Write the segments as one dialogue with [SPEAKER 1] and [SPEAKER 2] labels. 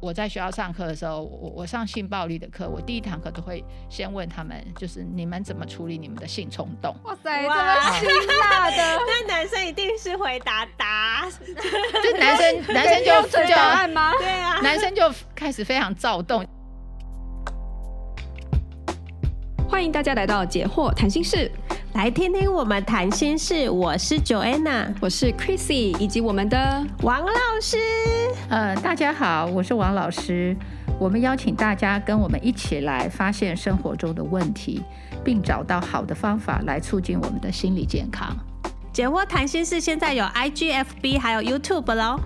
[SPEAKER 1] 我在学校上课的时候，我我上性暴力的课，我第一堂课都会先问他们，就是你们怎么处理你们的性冲动？
[SPEAKER 2] 哇塞，这
[SPEAKER 3] 哇
[SPEAKER 2] 么辛辣的，
[SPEAKER 3] 那男生一定是回答答，
[SPEAKER 1] 就男生男生
[SPEAKER 2] 用
[SPEAKER 1] 就
[SPEAKER 2] 成答案
[SPEAKER 1] 就
[SPEAKER 2] 吗？
[SPEAKER 3] 对啊，
[SPEAKER 1] 男生就开始非常躁动，
[SPEAKER 4] 欢迎大家来到解惑谈心室，
[SPEAKER 3] 来听听我们谈心事。我是 Joanna
[SPEAKER 4] 我是 Chrissy，以及我们的
[SPEAKER 3] 王老师，
[SPEAKER 1] 呃，大家好，我是王老师。我们邀请大家跟我们一起来发现生活中的问题，并找到好的方法来促进我们的心理健康。
[SPEAKER 3] 解惑谈心事现在有 IGFB 还有 YouTube 喽。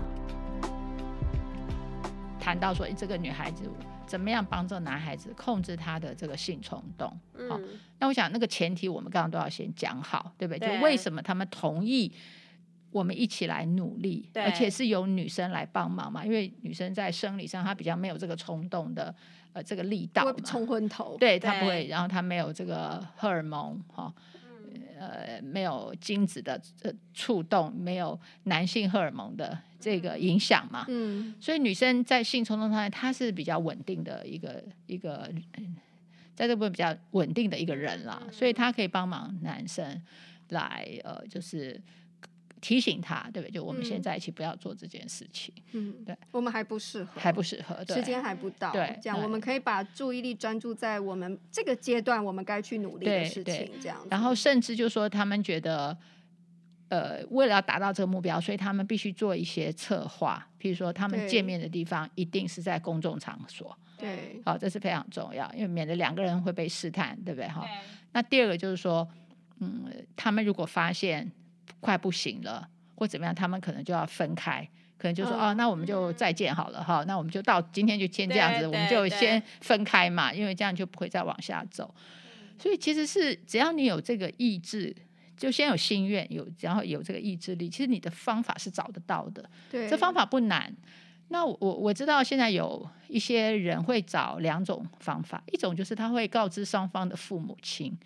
[SPEAKER 1] 谈到说诶这个女孩子怎么样帮助男孩子控制他的这个性冲动，好、
[SPEAKER 3] 嗯，
[SPEAKER 1] 那我想那个前提我们刚刚都要先讲好，对不对？
[SPEAKER 3] 对
[SPEAKER 1] 就为什么他们同意我们一起来努力，
[SPEAKER 3] 对
[SPEAKER 1] 而且是由女生来帮忙嘛，因为女生在生理上她比较没有这个冲动的呃这个力道
[SPEAKER 4] 会
[SPEAKER 1] 嘛，
[SPEAKER 4] 冲昏头，
[SPEAKER 1] 对她不
[SPEAKER 3] 对
[SPEAKER 1] 会，然后她没有这个荷尔蒙哈。哦
[SPEAKER 3] 嗯
[SPEAKER 1] 呃，没有精子的呃触动，没有男性荷尔蒙的这个影响嘛，
[SPEAKER 4] 嗯，
[SPEAKER 1] 所以女生在性冲动上面，她是比较稳定的一个一个，嗯在这部分比较稳定的一个人啦，所
[SPEAKER 4] 嗯
[SPEAKER 1] 以她可以帮忙男生来呃，就是提醒他，对不对？就我们现
[SPEAKER 4] 嗯
[SPEAKER 1] 在一起不要做这件事情，
[SPEAKER 4] 嗯，
[SPEAKER 1] 对，
[SPEAKER 4] 我们还不适合，
[SPEAKER 1] 还不适合，对
[SPEAKER 4] 时间还不到，
[SPEAKER 1] 对
[SPEAKER 4] 这样
[SPEAKER 1] 对
[SPEAKER 4] 我们可以把注意力专注在我们这个阶段我们该去努力的
[SPEAKER 1] 对
[SPEAKER 4] 事
[SPEAKER 1] 对
[SPEAKER 4] 情，这样子，
[SPEAKER 1] 然后甚至就说他们觉得，呃，为了要达到这个目标，所以他们必须做一些策划，譬如说他们
[SPEAKER 4] 对
[SPEAKER 1] 见面的地方一定是在公众场所，
[SPEAKER 4] 对，
[SPEAKER 1] 好、这是非常重要，因为免得两个人会被试探，对不对？哈、那第二个就是说，嗯，他们如果发现快不行了或怎么样，他们可能就要分开，可能就说、
[SPEAKER 4] 嗯
[SPEAKER 1] 哦，那我们就再见好了哈，那我们就到今天就先这样子，
[SPEAKER 3] 对
[SPEAKER 1] 我们
[SPEAKER 3] 对
[SPEAKER 1] 就
[SPEAKER 3] 对
[SPEAKER 1] 先分开嘛，因为这样就不会再往下走。所以其实是只要你有这个意志。就先有心愿，有然后有这个意志力，其实你的方法是找得到的。
[SPEAKER 4] 对，
[SPEAKER 1] 这方法不难。那我我我知道现在有一些人会找两种方法，一种就是他会告知双方的父母亲，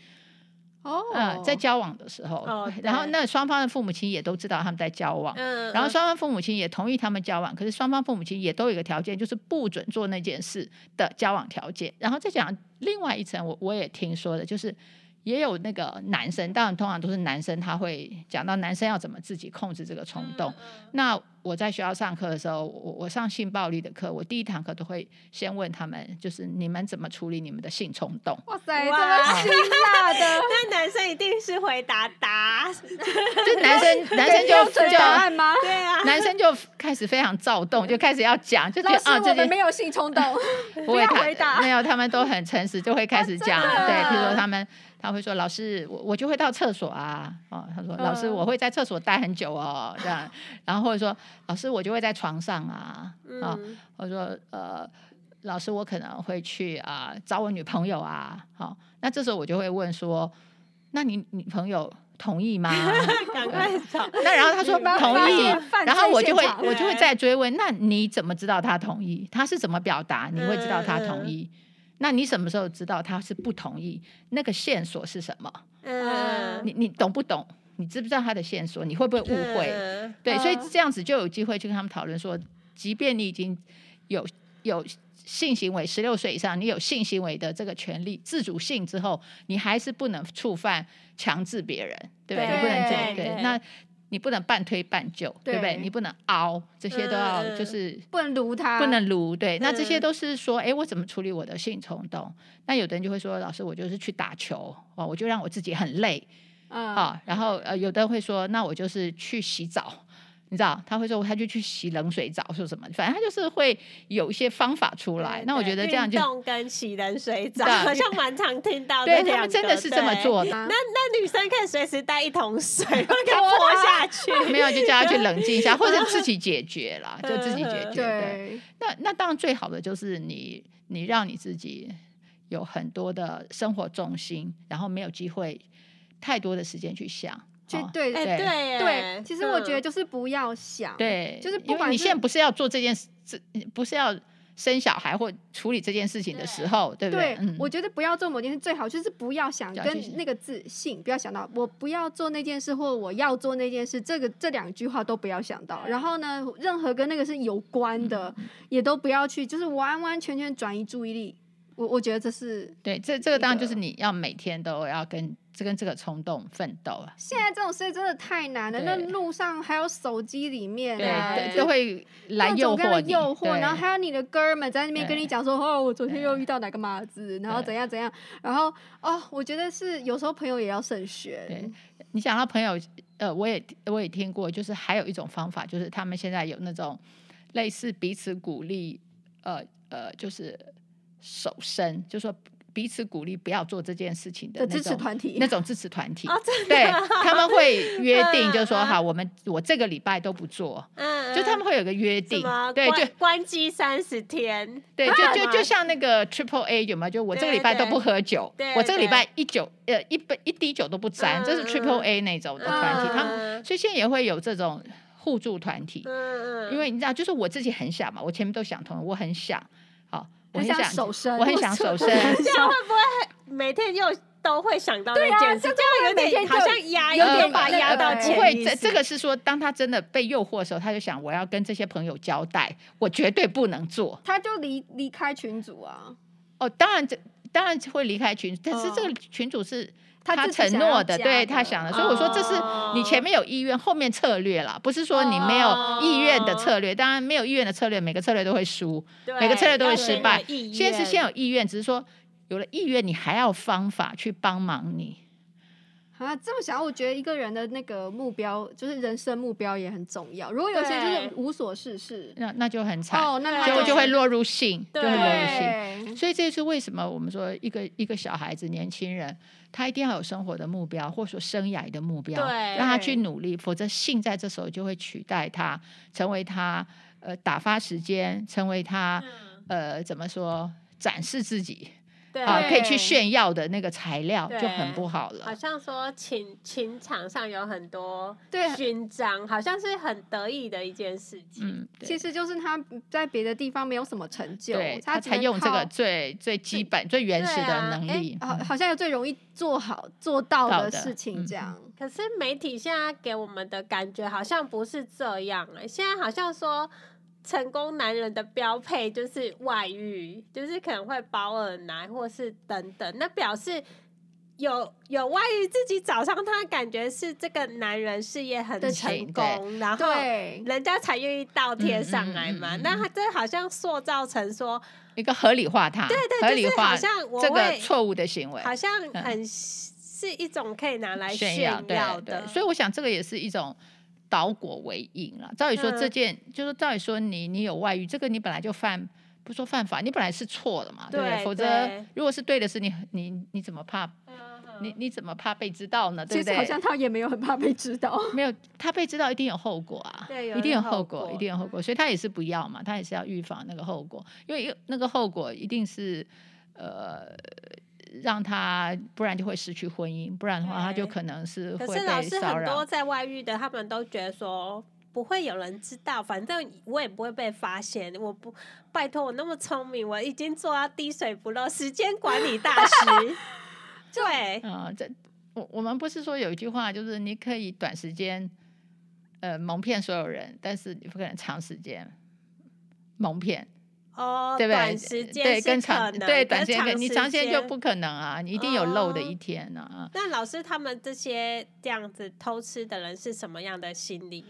[SPEAKER 4] 哦，
[SPEAKER 1] 呃，在交往的时候，
[SPEAKER 3] 哦对
[SPEAKER 1] 然后那双方的父母亲也都知道他们在交往，
[SPEAKER 3] 嗯
[SPEAKER 1] 然后双方父母亲也同意他们交往，可是双方父母亲也都有一个条件，就是不准做那件事的交往条件。然后再讲另外一层，我我也听说的，就是也有那个男生，当然通常都是男生，他会讲到男生要怎么自己控制这个冲动。那我在学校上课的时候，我我上性暴力的课，我第一堂课都会先问他们，就是你们怎么处理你们的性冲动？
[SPEAKER 2] 哇塞，这
[SPEAKER 3] 哇
[SPEAKER 2] 么辛辣的，
[SPEAKER 3] 那男生一定是回答答，
[SPEAKER 1] 就男生 男生
[SPEAKER 2] 用
[SPEAKER 1] 就
[SPEAKER 2] 成
[SPEAKER 1] 就
[SPEAKER 2] 答案吗？
[SPEAKER 3] 对啊，
[SPEAKER 1] 男生就开始非常躁动，就开始要讲，就觉
[SPEAKER 4] 老
[SPEAKER 1] 得
[SPEAKER 4] 师
[SPEAKER 1] 啊，，这
[SPEAKER 4] 我
[SPEAKER 1] 件
[SPEAKER 4] 们没有性冲 动，
[SPEAKER 1] 不
[SPEAKER 4] 不
[SPEAKER 1] 会
[SPEAKER 4] 要
[SPEAKER 1] 谈
[SPEAKER 4] 回答
[SPEAKER 1] 没有，他们都很诚实，就会开始讲，
[SPEAKER 4] 真的
[SPEAKER 1] 对，比如说他们他会说老师，我我就会到厕所啊，哦，他
[SPEAKER 4] 嗯
[SPEAKER 1] 说老师我会在厕所待很久哦，这样，然后或者说老师我就会在床上啊，啊，
[SPEAKER 3] 嗯
[SPEAKER 1] 我说呃，老师，我可能会去啊、找我女朋友啊，好、那这时候我就会问说，那你女朋友同意吗？
[SPEAKER 3] 赶快找，
[SPEAKER 1] 那然后他说
[SPEAKER 4] 你们
[SPEAKER 1] 同
[SPEAKER 4] 发
[SPEAKER 1] 意
[SPEAKER 4] 现犯，
[SPEAKER 1] 然后
[SPEAKER 4] 罪
[SPEAKER 1] 我就会
[SPEAKER 4] 现场
[SPEAKER 1] 我就会
[SPEAKER 3] 对
[SPEAKER 1] 再追问，那你怎么知道他同意？他是怎么表达？你会知道他同
[SPEAKER 4] 嗯
[SPEAKER 1] 意？那你什么时候知道他是不同意？那个线索是什么？
[SPEAKER 3] 嗯，
[SPEAKER 1] 你你懂不懂？你知不知道他的线索？你会不会误会？
[SPEAKER 3] 嗯
[SPEAKER 1] 对，所以
[SPEAKER 4] 嗯
[SPEAKER 1] 这样子就有机会去跟他们讨论说，即便你已经有有性行为，十六岁以上，你有性行为的这个权利、自主性之后，你还是不能触犯、强制别人，对不对？你不能这样，
[SPEAKER 3] 对
[SPEAKER 1] 对，
[SPEAKER 3] 对
[SPEAKER 1] 那你不能半推半就，对不对？
[SPEAKER 4] 对
[SPEAKER 1] 你不能凹，这些都要
[SPEAKER 3] 嗯嗯啊
[SPEAKER 1] 就是。
[SPEAKER 4] 不能撸他，
[SPEAKER 1] 不能撸，对，那这些
[SPEAKER 3] 嗯
[SPEAKER 1] 都是说，哎，我怎么处理我的性冲动？那有的人就会说，老师，我就是去打球哦，我就让我自己很累，
[SPEAKER 4] 啊，
[SPEAKER 1] 啊，然后呃，有的人会说，那我就是去洗澡，你知道，他会说他就去洗冷水澡，说什么，反正他就是会有一些方法出来。那我觉得这样就
[SPEAKER 3] 运动跟洗冷水澡，
[SPEAKER 1] 对
[SPEAKER 3] 好像蛮常听到
[SPEAKER 1] 对
[SPEAKER 3] 这
[SPEAKER 1] 他
[SPEAKER 3] 两
[SPEAKER 1] 们
[SPEAKER 3] 个
[SPEAKER 1] 真的是这么。
[SPEAKER 3] 对
[SPEAKER 1] 做
[SPEAKER 4] 啊
[SPEAKER 1] 的，
[SPEAKER 3] 那那女生可以随时带一桶水，不然给 它泼下去。
[SPEAKER 1] 没有就叫他去冷静一下，或者自己解决 啦，就自己解决。对，
[SPEAKER 4] 对，
[SPEAKER 1] 那那当然最好的就是你你让你自己有很多的生活重心，然后没有机会太多的时间去想。
[SPEAKER 4] 去
[SPEAKER 1] 哦
[SPEAKER 4] 对
[SPEAKER 3] 哎，
[SPEAKER 1] 对
[SPEAKER 3] 对
[SPEAKER 4] 对，
[SPEAKER 3] 耶，
[SPEAKER 4] 其实我觉得
[SPEAKER 3] 嗯
[SPEAKER 4] 就是不要想，
[SPEAKER 1] 对，
[SPEAKER 4] 就是不
[SPEAKER 1] 因为
[SPEAKER 4] 管
[SPEAKER 1] 你
[SPEAKER 4] 是
[SPEAKER 1] 现在不是要做这件事，这不是要生小孩或处理这件事情的时候，对不
[SPEAKER 4] 对，
[SPEAKER 1] 嗯，
[SPEAKER 4] 我觉得不要做某件事最好，就是不要想
[SPEAKER 1] 要去
[SPEAKER 4] 跟那个自信，不要想到我不要做那件事或我要做那件事，这个这两句话都不要想到。然后呢，任何跟那个是有关的，
[SPEAKER 1] 嗯
[SPEAKER 4] 也都不要去，就是完完全全转移注意力。我我觉得这是
[SPEAKER 1] 对这这个当然就是
[SPEAKER 4] 那个
[SPEAKER 1] 你要每天都要跟这跟这个冲动奋斗啊，
[SPEAKER 4] 现在这种事真的太难了。
[SPEAKER 1] 对
[SPEAKER 4] 那路上还有手机里面啊，
[SPEAKER 1] 对，
[SPEAKER 4] 就
[SPEAKER 1] 都都会来
[SPEAKER 4] 各
[SPEAKER 1] 诱
[SPEAKER 4] 种各样
[SPEAKER 1] 惑
[SPEAKER 4] 的
[SPEAKER 1] 你，
[SPEAKER 4] 诱惑，
[SPEAKER 1] 对
[SPEAKER 4] 然后还有你的哥们在那边跟
[SPEAKER 1] 对
[SPEAKER 4] 你讲说，哦，我昨天又遇到哪个马子，然后
[SPEAKER 1] 对
[SPEAKER 4] 怎样怎样，然后哦，我觉得是有时候朋友也要慎
[SPEAKER 1] 对
[SPEAKER 4] 选，
[SPEAKER 1] 你讲到朋友，呃，我也我也听过，就是还有一种方法，就是他们现在有那种类似彼此鼓励，呃呃，就是手伸，就说彼此鼓励不要做这件事情的
[SPEAKER 4] 的
[SPEAKER 1] 那
[SPEAKER 4] 支持
[SPEAKER 1] 种
[SPEAKER 4] 团体
[SPEAKER 1] 那。种支持团体。
[SPEAKER 3] 哦， 真的
[SPEAKER 1] 对
[SPEAKER 3] 啊，
[SPEAKER 1] 他们会约定，就说
[SPEAKER 3] 嗯嗯
[SPEAKER 1] 好，我们我这个礼拜都不做，
[SPEAKER 3] 嗯，
[SPEAKER 1] 就他们
[SPEAKER 3] 会
[SPEAKER 1] 会有个约定
[SPEAKER 3] 什么，
[SPEAKER 1] 对，就
[SPEAKER 3] 关关机三十天，
[SPEAKER 1] 对，
[SPEAKER 3] 啊
[SPEAKER 1] 就就就
[SPEAKER 3] 吗
[SPEAKER 1] 像那个 Triple A 有没有？就我这个
[SPEAKER 3] 对
[SPEAKER 1] 礼拜都
[SPEAKER 3] 对
[SPEAKER 1] 不喝酒，
[SPEAKER 3] 对
[SPEAKER 1] 我这个礼
[SPEAKER 3] 对嗯
[SPEAKER 1] 拜一酒呃一杯一滴酒都不沾，这是 Triple A 那种
[SPEAKER 3] 啊
[SPEAKER 1] 的团体，他们
[SPEAKER 3] 们
[SPEAKER 1] 所以现在也会有这种互助团体，
[SPEAKER 3] 嗯
[SPEAKER 1] 因为你知道，就是我自己很想嘛，我前面都想通了，我很想，好，我很
[SPEAKER 4] 很想手伸
[SPEAKER 1] 我很想手伸，
[SPEAKER 3] 这样会不会每天又都会想到那件事？啊这样有
[SPEAKER 4] 每天
[SPEAKER 3] 点
[SPEAKER 4] 就
[SPEAKER 3] 好像压，
[SPEAKER 4] 有
[SPEAKER 1] 点
[SPEAKER 3] 点呃把
[SPEAKER 1] 呃那个
[SPEAKER 3] 压到
[SPEAKER 1] 不
[SPEAKER 3] 潜
[SPEAKER 1] 会，
[SPEAKER 3] 意
[SPEAKER 1] 这
[SPEAKER 3] 识
[SPEAKER 1] 这个是说，当他真的被诱惑的时候，他就想我要跟这些朋友交代，我绝对不能做。
[SPEAKER 4] 他就离离开群组啊，
[SPEAKER 1] 哦，当然这当然会离开群，但是这个群主是
[SPEAKER 4] 他自己
[SPEAKER 1] 承
[SPEAKER 4] 想要
[SPEAKER 1] 诺的，
[SPEAKER 4] 加
[SPEAKER 1] 对
[SPEAKER 4] 的哦
[SPEAKER 1] 他想的，所以我说这是你前面有意愿，后面策略啦，不是说你没有意愿的策略，当然没有意愿的策略，每个策略都会输，
[SPEAKER 3] 对
[SPEAKER 1] 每个策略都会
[SPEAKER 3] 要先
[SPEAKER 1] 失败
[SPEAKER 3] 有意。愿
[SPEAKER 1] 先是先有意愿，只是说有了意愿，你还要有方法去帮忙你。
[SPEAKER 4] 啊，这么想，我觉得一个人的那个目标，就是人生目标也很重要。如果有些就
[SPEAKER 3] 对
[SPEAKER 4] 是无所事事，
[SPEAKER 1] 那那就很惨，
[SPEAKER 4] 哦，那他
[SPEAKER 1] 结果
[SPEAKER 3] 对
[SPEAKER 1] 就会落入性，就
[SPEAKER 3] 对
[SPEAKER 1] 会落入性。
[SPEAKER 4] 对，
[SPEAKER 1] 所以这就是为什么我们说一个一个小孩子、年轻人，他一定要有生活的目标，或者说生涯的目标，
[SPEAKER 3] 对
[SPEAKER 1] 让他去努力，否则性在这时候就会取代他，成为他呃打发时间，成为他呃怎么说展示自己
[SPEAKER 3] 嗯对
[SPEAKER 1] 啊、可以去
[SPEAKER 4] 对
[SPEAKER 1] 炫耀的那个材料，
[SPEAKER 3] 对
[SPEAKER 1] 就很不好了
[SPEAKER 3] 好。像说情情场上有很多
[SPEAKER 4] 对
[SPEAKER 3] 勋章，好像是很得意的一件事情。
[SPEAKER 1] 嗯，对
[SPEAKER 4] 其实就是他在别的地方没有什么成就
[SPEAKER 3] 哦
[SPEAKER 1] 对，他
[SPEAKER 4] 只
[SPEAKER 1] 才
[SPEAKER 4] 能
[SPEAKER 1] 用这个
[SPEAKER 4] 靠
[SPEAKER 1] 最最基本、最原始
[SPEAKER 3] 对
[SPEAKER 1] 的
[SPEAKER 3] 啊
[SPEAKER 1] 能
[SPEAKER 4] 哎
[SPEAKER 1] 力。
[SPEAKER 4] 好
[SPEAKER 1] 嗯
[SPEAKER 4] 好像有最容易做好做到
[SPEAKER 1] 到
[SPEAKER 4] 的
[SPEAKER 1] 的
[SPEAKER 4] 事情
[SPEAKER 1] 嗯
[SPEAKER 4] 这样。
[SPEAKER 3] 可是媒体现在给我们的感觉好像不是这样哎、现在好像说成功男人的标配就是外遇，就是可能会包二奶或是等等，那表示。有有外遇，自己找上他，感觉是这个男人事业很
[SPEAKER 4] 对
[SPEAKER 3] 成
[SPEAKER 1] 对
[SPEAKER 3] 功，然后
[SPEAKER 4] 对，
[SPEAKER 3] 人家才愿意倒贴上来
[SPEAKER 1] 嗯嗯嗯
[SPEAKER 3] 嘛。
[SPEAKER 1] 嗯嗯
[SPEAKER 3] 那他这好像塑造成说，
[SPEAKER 1] 一个合理化它，对
[SPEAKER 3] 对
[SPEAKER 1] 合
[SPEAKER 3] 对，
[SPEAKER 1] 理
[SPEAKER 3] 就是
[SPEAKER 1] 化
[SPEAKER 3] 好像我
[SPEAKER 1] 这个
[SPEAKER 3] 会，
[SPEAKER 1] 错误的行为。
[SPEAKER 3] 好像
[SPEAKER 1] 嗯
[SPEAKER 3] 很是一种可以拿来
[SPEAKER 1] 炫
[SPEAKER 3] 耀
[SPEAKER 1] 对
[SPEAKER 3] 的，
[SPEAKER 1] 对，所以我想这个也是一种导果为因了。照理说这
[SPEAKER 3] 嗯
[SPEAKER 1] 件，就是照理说你你有外遇，这个你本来就犯，不说犯法，你本来是错的嘛，对不对？
[SPEAKER 3] 对
[SPEAKER 1] 否则
[SPEAKER 3] 对
[SPEAKER 1] 如果是对的事，你你你怎么怕？
[SPEAKER 3] 嗯
[SPEAKER 1] 你你怎么怕被知道呢？对
[SPEAKER 4] 其
[SPEAKER 1] 不
[SPEAKER 4] 实
[SPEAKER 1] 对？
[SPEAKER 4] 好像他也没有很怕被知 道。
[SPEAKER 1] 没有，他被知道一定有后果啊，
[SPEAKER 3] 对有
[SPEAKER 1] 一定有
[SPEAKER 3] 有
[SPEAKER 1] 后
[SPEAKER 3] 后
[SPEAKER 1] 果，
[SPEAKER 3] 果
[SPEAKER 1] 一定有后果，所以他也是不要嘛，他也是要预防那个后果，因为那个后果一定是呃让他，不然就会失去婚姻，不然的话他就
[SPEAKER 3] 对
[SPEAKER 1] 可能是会
[SPEAKER 3] 可是老
[SPEAKER 1] 被
[SPEAKER 3] 师
[SPEAKER 1] 骚
[SPEAKER 3] 很多
[SPEAKER 1] 扰。
[SPEAKER 3] 在外遇的，他们都觉得说不会有人知道，反正我也不会被发现。我不拜托，我那么聪明，我已经做到滴水不漏，时间管理大师。对，
[SPEAKER 1] 啊、这我我们不是说有一句话，就是你可以短时间呃蒙骗所有人，但是你不可能长时间蒙骗。
[SPEAKER 3] 哦，
[SPEAKER 1] 对不对？
[SPEAKER 3] 短时间
[SPEAKER 1] 对
[SPEAKER 3] 是
[SPEAKER 1] 跟
[SPEAKER 3] 可
[SPEAKER 1] 长
[SPEAKER 3] 能
[SPEAKER 1] 对
[SPEAKER 3] 可
[SPEAKER 1] 短时间
[SPEAKER 3] 长
[SPEAKER 1] 跟你
[SPEAKER 3] 时
[SPEAKER 1] 长时间就
[SPEAKER 3] 间
[SPEAKER 1] 不可能啊，你一定有漏的
[SPEAKER 3] 哦
[SPEAKER 1] 一天呢啊。
[SPEAKER 3] 那老师他们这些这样子偷吃的人是什么样的心理？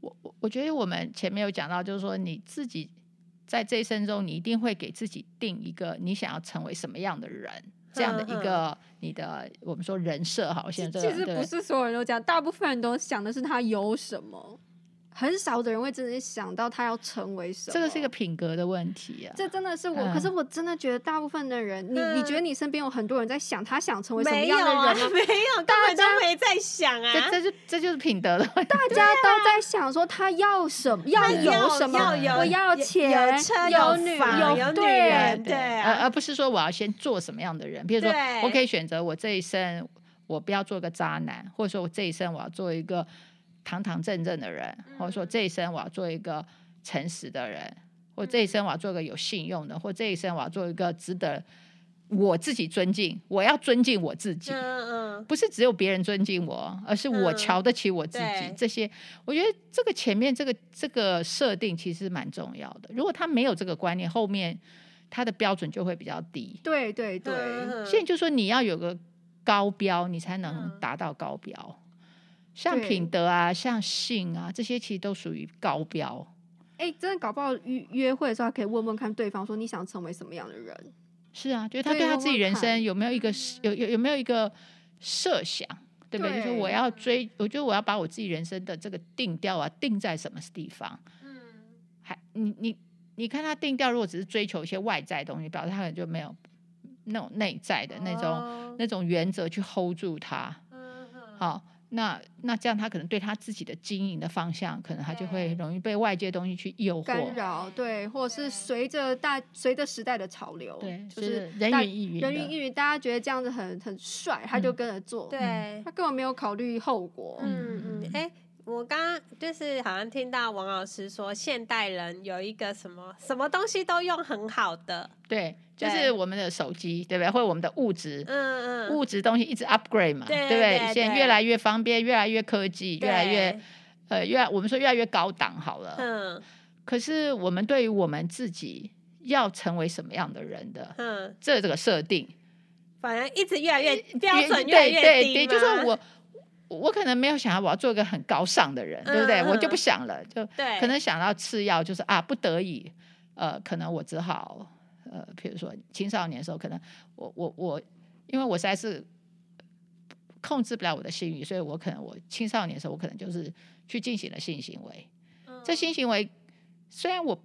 [SPEAKER 1] 我我我觉得我们前面有讲到，就是说你自己在这一生中，你一定会给自己定一个你想要成为什么样的人，这样的
[SPEAKER 3] 嗯
[SPEAKER 1] 一个你的我们说人设好，
[SPEAKER 4] 其
[SPEAKER 1] 现在
[SPEAKER 4] 其实不
[SPEAKER 1] 对
[SPEAKER 4] 是所有人都这样，大部分人都想的是他有什么，很少的人会真的想到他要成为什么。
[SPEAKER 1] 这个是一个，品格的问题啊。
[SPEAKER 4] 这真的是我。
[SPEAKER 1] 嗯
[SPEAKER 4] 可是我真的觉得大部分的人，你
[SPEAKER 3] 嗯
[SPEAKER 4] 你觉得你身边有很多人在想他想成为什么
[SPEAKER 3] 没有
[SPEAKER 4] 样的人
[SPEAKER 3] 啊，
[SPEAKER 4] 吗？
[SPEAKER 3] 没有，根本都没在想啊。
[SPEAKER 1] 这这就这就是品德的问题。
[SPEAKER 4] 大家都在想说他要什么，要
[SPEAKER 3] 他
[SPEAKER 4] 有什么，
[SPEAKER 3] 要有
[SPEAKER 4] 我啊要钱，
[SPEAKER 3] 有车
[SPEAKER 4] 有
[SPEAKER 3] 女
[SPEAKER 4] 房
[SPEAKER 3] 有
[SPEAKER 4] 有
[SPEAKER 3] 女
[SPEAKER 4] 对
[SPEAKER 3] 人，对
[SPEAKER 1] 而
[SPEAKER 3] 啊，
[SPEAKER 1] 而不是说我要先做什么样的人。比如说，
[SPEAKER 3] 对
[SPEAKER 1] 我可以选择我这一生我不要做个渣男，或者说我这一生我要做一
[SPEAKER 3] 嗯
[SPEAKER 1] 个堂堂正正的人，或者说这一生我要做一个诚实的人，或
[SPEAKER 3] 嗯
[SPEAKER 1] 这一生我要做一个有信用的，或这一生我要做一个值得我自己尊敬，我要尊敬我自己。
[SPEAKER 3] 嗯嗯，
[SPEAKER 1] 不是只有别人尊敬我，而是我
[SPEAKER 3] 嗯
[SPEAKER 1] 瞧得起我自己。
[SPEAKER 3] 对
[SPEAKER 1] 这些，我觉得这个前面这个这个设定其实蛮重要的。如果他没有这个观念，后面他的标准就会比较低。
[SPEAKER 4] 对对对，
[SPEAKER 3] 嗯
[SPEAKER 1] 所以就说你要有个高标，你才能
[SPEAKER 3] 嗯
[SPEAKER 1] 达到高标。像
[SPEAKER 4] 对
[SPEAKER 1] 品德啊，像性啊，这些其实都属于高标。
[SPEAKER 4] 哎、真的搞不好约约会的时候，可以问问看对方说你想成为什么样的人。
[SPEAKER 1] 是啊，就是他
[SPEAKER 4] 对
[SPEAKER 1] 对他
[SPEAKER 4] 问
[SPEAKER 1] 自己
[SPEAKER 4] 问
[SPEAKER 1] 人生
[SPEAKER 4] 看
[SPEAKER 1] 有没有一个有有有没有一个设想，对不对？就是我
[SPEAKER 4] 对
[SPEAKER 1] 要追，我觉得我要把我自己人生的这个定调啊，定在什么地方？
[SPEAKER 3] 嗯
[SPEAKER 1] 还你你你看他定调，如果只是追求一些外在的东西，表示他可能就没有那种内在的那种、
[SPEAKER 3] 哦
[SPEAKER 1] 那种原则去 hold 住他。
[SPEAKER 3] 嗯嗯
[SPEAKER 1] 好，那那这样他可能对他自己的经营的方向，可能他就会
[SPEAKER 3] 对
[SPEAKER 1] 容易被外界东西去诱
[SPEAKER 4] 干
[SPEAKER 1] 惑。
[SPEAKER 4] 扰，对，或者
[SPEAKER 3] 对
[SPEAKER 4] 是随着大随着时代的潮流，
[SPEAKER 1] 对，
[SPEAKER 4] 就
[SPEAKER 1] 所以
[SPEAKER 4] 是
[SPEAKER 1] 人
[SPEAKER 4] 大
[SPEAKER 1] 云亦云的，
[SPEAKER 4] 人云亦云，大家觉得这样子很很帅，他就
[SPEAKER 1] 嗯
[SPEAKER 4] 跟着做，
[SPEAKER 3] 对，
[SPEAKER 4] 他根本没有考虑后果。
[SPEAKER 3] 嗯嗯，哎、我刚刚就是好像听到王老师说，现代人有一个什么什么东西都用很好的，
[SPEAKER 1] 对，就是
[SPEAKER 3] 对
[SPEAKER 1] 我们的手机，对不对？或者我们的物质，
[SPEAKER 3] 嗯嗯，
[SPEAKER 1] 物质东西一直 upgrade 嘛，
[SPEAKER 3] 对
[SPEAKER 1] 不对？
[SPEAKER 3] 对
[SPEAKER 1] 现在
[SPEAKER 3] 对
[SPEAKER 1] 越来越方便，越来越科技，越来越
[SPEAKER 3] 对，
[SPEAKER 1] 呃，越来我们说越来越高档好了。
[SPEAKER 3] 嗯
[SPEAKER 1] 可是我们对于我们自己要成为什么样的人的
[SPEAKER 3] 嗯，
[SPEAKER 1] 这这个设定，
[SPEAKER 3] 反正一直越来越嗯标准
[SPEAKER 1] 呃对
[SPEAKER 3] 越来越
[SPEAKER 1] 对对，
[SPEAKER 3] 低嘛，
[SPEAKER 1] 就是我。我可能没有想要我要做一个很高尚的人，对不对？
[SPEAKER 3] 嗯
[SPEAKER 1] 我就不
[SPEAKER 3] 嗯
[SPEAKER 1] 想了，就
[SPEAKER 3] 对，
[SPEAKER 1] 可能想到次要，就是啊，不得已，呃，可能我只好，呃，比如说青少年的时候，可能我我我，因为我实在是控制不了我的性欲，所以我可能我青少年的时候，我可能就是去进行了性行为。
[SPEAKER 3] 嗯
[SPEAKER 1] 这性行为虽然我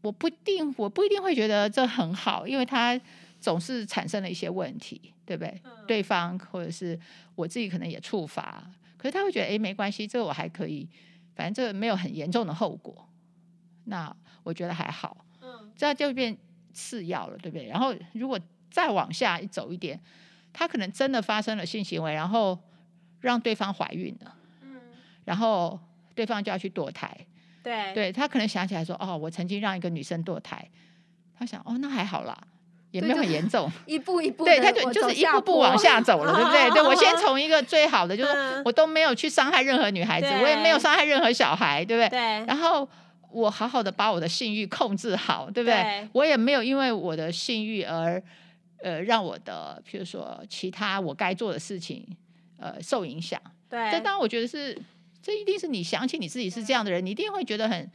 [SPEAKER 1] 我不一定我不一定会觉得这很好，因为它总是产生了一些问题，对不对？
[SPEAKER 3] 嗯
[SPEAKER 1] 对方或者是我自己可能也触发，可是他会觉得诶，没关系，这个我还可以，反正这个没有很严重的后果，那我觉得还好，
[SPEAKER 3] 嗯
[SPEAKER 1] 这样就变次要了，对不对？然后如果再往下走一点，他可能真的发生了性行为，然后让对方怀孕了，
[SPEAKER 3] 嗯，
[SPEAKER 1] 然后对方就要去堕胎，
[SPEAKER 3] 对
[SPEAKER 1] 对他可能想起来说，哦，我曾经让一个女生堕胎，他想，哦，那还好啦，也没有
[SPEAKER 4] 对
[SPEAKER 1] 很
[SPEAKER 4] 就
[SPEAKER 1] 严重，
[SPEAKER 4] 一步一步地
[SPEAKER 1] 对，
[SPEAKER 4] 往，
[SPEAKER 1] 他就就是一
[SPEAKER 4] 走
[SPEAKER 1] 步步往
[SPEAKER 4] 坡，
[SPEAKER 1] 下走了，对不对？对我先
[SPEAKER 3] 嗯
[SPEAKER 1] 从一个最好的，就是说
[SPEAKER 3] 嗯
[SPEAKER 1] 我都没有去伤害任何女孩子，我也没有
[SPEAKER 3] 对
[SPEAKER 1] 伤害任何小孩，对不对？
[SPEAKER 3] 对，
[SPEAKER 1] 然后我好好的把我的性欲控制好，对不
[SPEAKER 3] 对
[SPEAKER 1] 我也没有因为我的性欲而呃让我的，譬如说其他我该做的事情呃受影响。
[SPEAKER 3] 对，
[SPEAKER 1] 这当然我觉得是，这一定是你想起你自己是这样的人，你一定会觉得很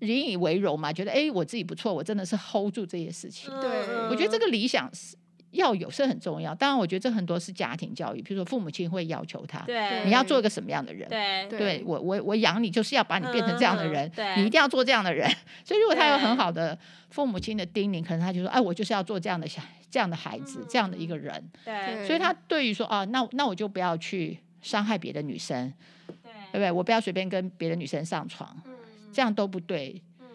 [SPEAKER 1] 引以为荣嘛，觉得哎、诶我自己不错，我真的是 hold 住这些事
[SPEAKER 3] 嗯
[SPEAKER 1] 情。
[SPEAKER 4] 对
[SPEAKER 1] 我觉得这个
[SPEAKER 3] 个
[SPEAKER 1] 理想是要有是很重要，当然我觉得这很多是家庭教育，比如说父母亲会要求他，
[SPEAKER 3] 对
[SPEAKER 1] 你要做一个什么样的人。
[SPEAKER 3] 对
[SPEAKER 4] 对
[SPEAKER 1] 对我，我我养你就是要把你变成这样的人
[SPEAKER 3] 嗯，对
[SPEAKER 1] 你一定要做这样的人。 所以如果他有很
[SPEAKER 3] 对
[SPEAKER 1] 好的父母亲的叮咛，可能他就说，哎，我就是要做这样的小这样的孩子，这样的一个人。
[SPEAKER 3] 嗯对
[SPEAKER 1] 所以他对于说啊，那那我就不要去伤害别的女生，对不
[SPEAKER 3] 对，
[SPEAKER 1] 对？我不要随便跟别的女生上床，
[SPEAKER 3] 嗯
[SPEAKER 1] 这样都不对。
[SPEAKER 3] 嗯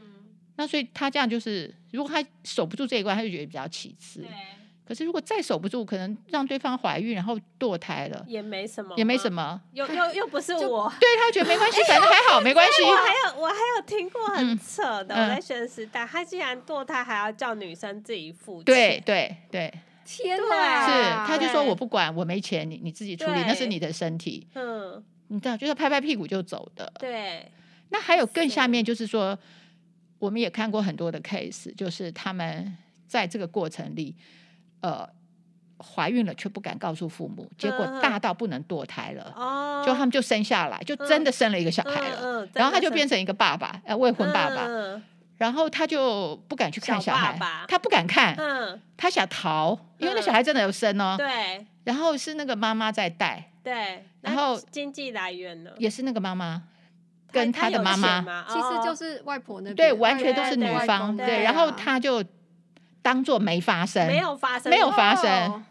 [SPEAKER 1] 那所以他这样就是，如果他守不住这一关，他就觉得比较其次
[SPEAKER 3] 对。，
[SPEAKER 1] 可是如果再守不住，可能让对方怀孕然后堕胎了，
[SPEAKER 3] 也没什么，
[SPEAKER 1] 也没什，么。
[SPEAKER 3] 又又又不是我。
[SPEAKER 1] 对他觉得没关系，反正还好，没关系。
[SPEAKER 3] 哎我还有我还有听过很扯的，
[SPEAKER 1] 嗯
[SPEAKER 3] 我在学生时代，他竟然堕胎还要叫女生自己付钱，
[SPEAKER 1] 对对对，
[SPEAKER 4] 天
[SPEAKER 3] 对
[SPEAKER 1] 是，
[SPEAKER 4] 哪！
[SPEAKER 1] 他就说
[SPEAKER 3] 啊对
[SPEAKER 1] 我不管，我没钱，你你自己处理，那是
[SPEAKER 3] 对
[SPEAKER 1] 你的身体，
[SPEAKER 3] 嗯，
[SPEAKER 1] 你知道，就是拍拍屁股就走的。
[SPEAKER 3] 对，
[SPEAKER 1] 那还有更下面就是说，我们也看过很多的 case，就是他们在这个过程里，呃，怀孕了却不敢告诉父母，结果
[SPEAKER 3] 嗯嗯
[SPEAKER 1] 大到不能堕胎了，
[SPEAKER 3] 哦，嗯
[SPEAKER 1] 就他们就生下来，就真的生了一个小孩了。
[SPEAKER 3] 嗯，嗯
[SPEAKER 1] 然后他就变成一个爸爸，呃，未婚爸，
[SPEAKER 3] 真
[SPEAKER 1] 爸，
[SPEAKER 3] 的是
[SPEAKER 1] 然后他就不敢去看
[SPEAKER 3] 嗯
[SPEAKER 1] 小
[SPEAKER 3] 小爸
[SPEAKER 1] 孩，
[SPEAKER 3] 爸
[SPEAKER 1] 他不敢看，
[SPEAKER 3] 嗯
[SPEAKER 1] 他想逃，因为那
[SPEAKER 3] 嗯
[SPEAKER 1] 小孩真的有生哦
[SPEAKER 3] 嗯，，对
[SPEAKER 1] 然后是那个妈妈在带，
[SPEAKER 3] 对，
[SPEAKER 1] 然
[SPEAKER 3] 那
[SPEAKER 1] 后
[SPEAKER 3] 经济来源呢，
[SPEAKER 1] 也是那个妈妈跟
[SPEAKER 3] 他
[SPEAKER 1] 她的妈妈，
[SPEAKER 4] 其实就是是外婆那边，
[SPEAKER 1] 对，完全都
[SPEAKER 4] 外
[SPEAKER 1] 是
[SPEAKER 4] 公
[SPEAKER 1] 女
[SPEAKER 4] 外
[SPEAKER 1] 方，
[SPEAKER 4] 公
[SPEAKER 1] 对，
[SPEAKER 3] 哦对
[SPEAKER 1] 然后
[SPEAKER 4] 啊
[SPEAKER 1] 他就当做没发生，
[SPEAKER 3] 没有发生，
[SPEAKER 1] 没有发
[SPEAKER 4] 哦
[SPEAKER 1] 生，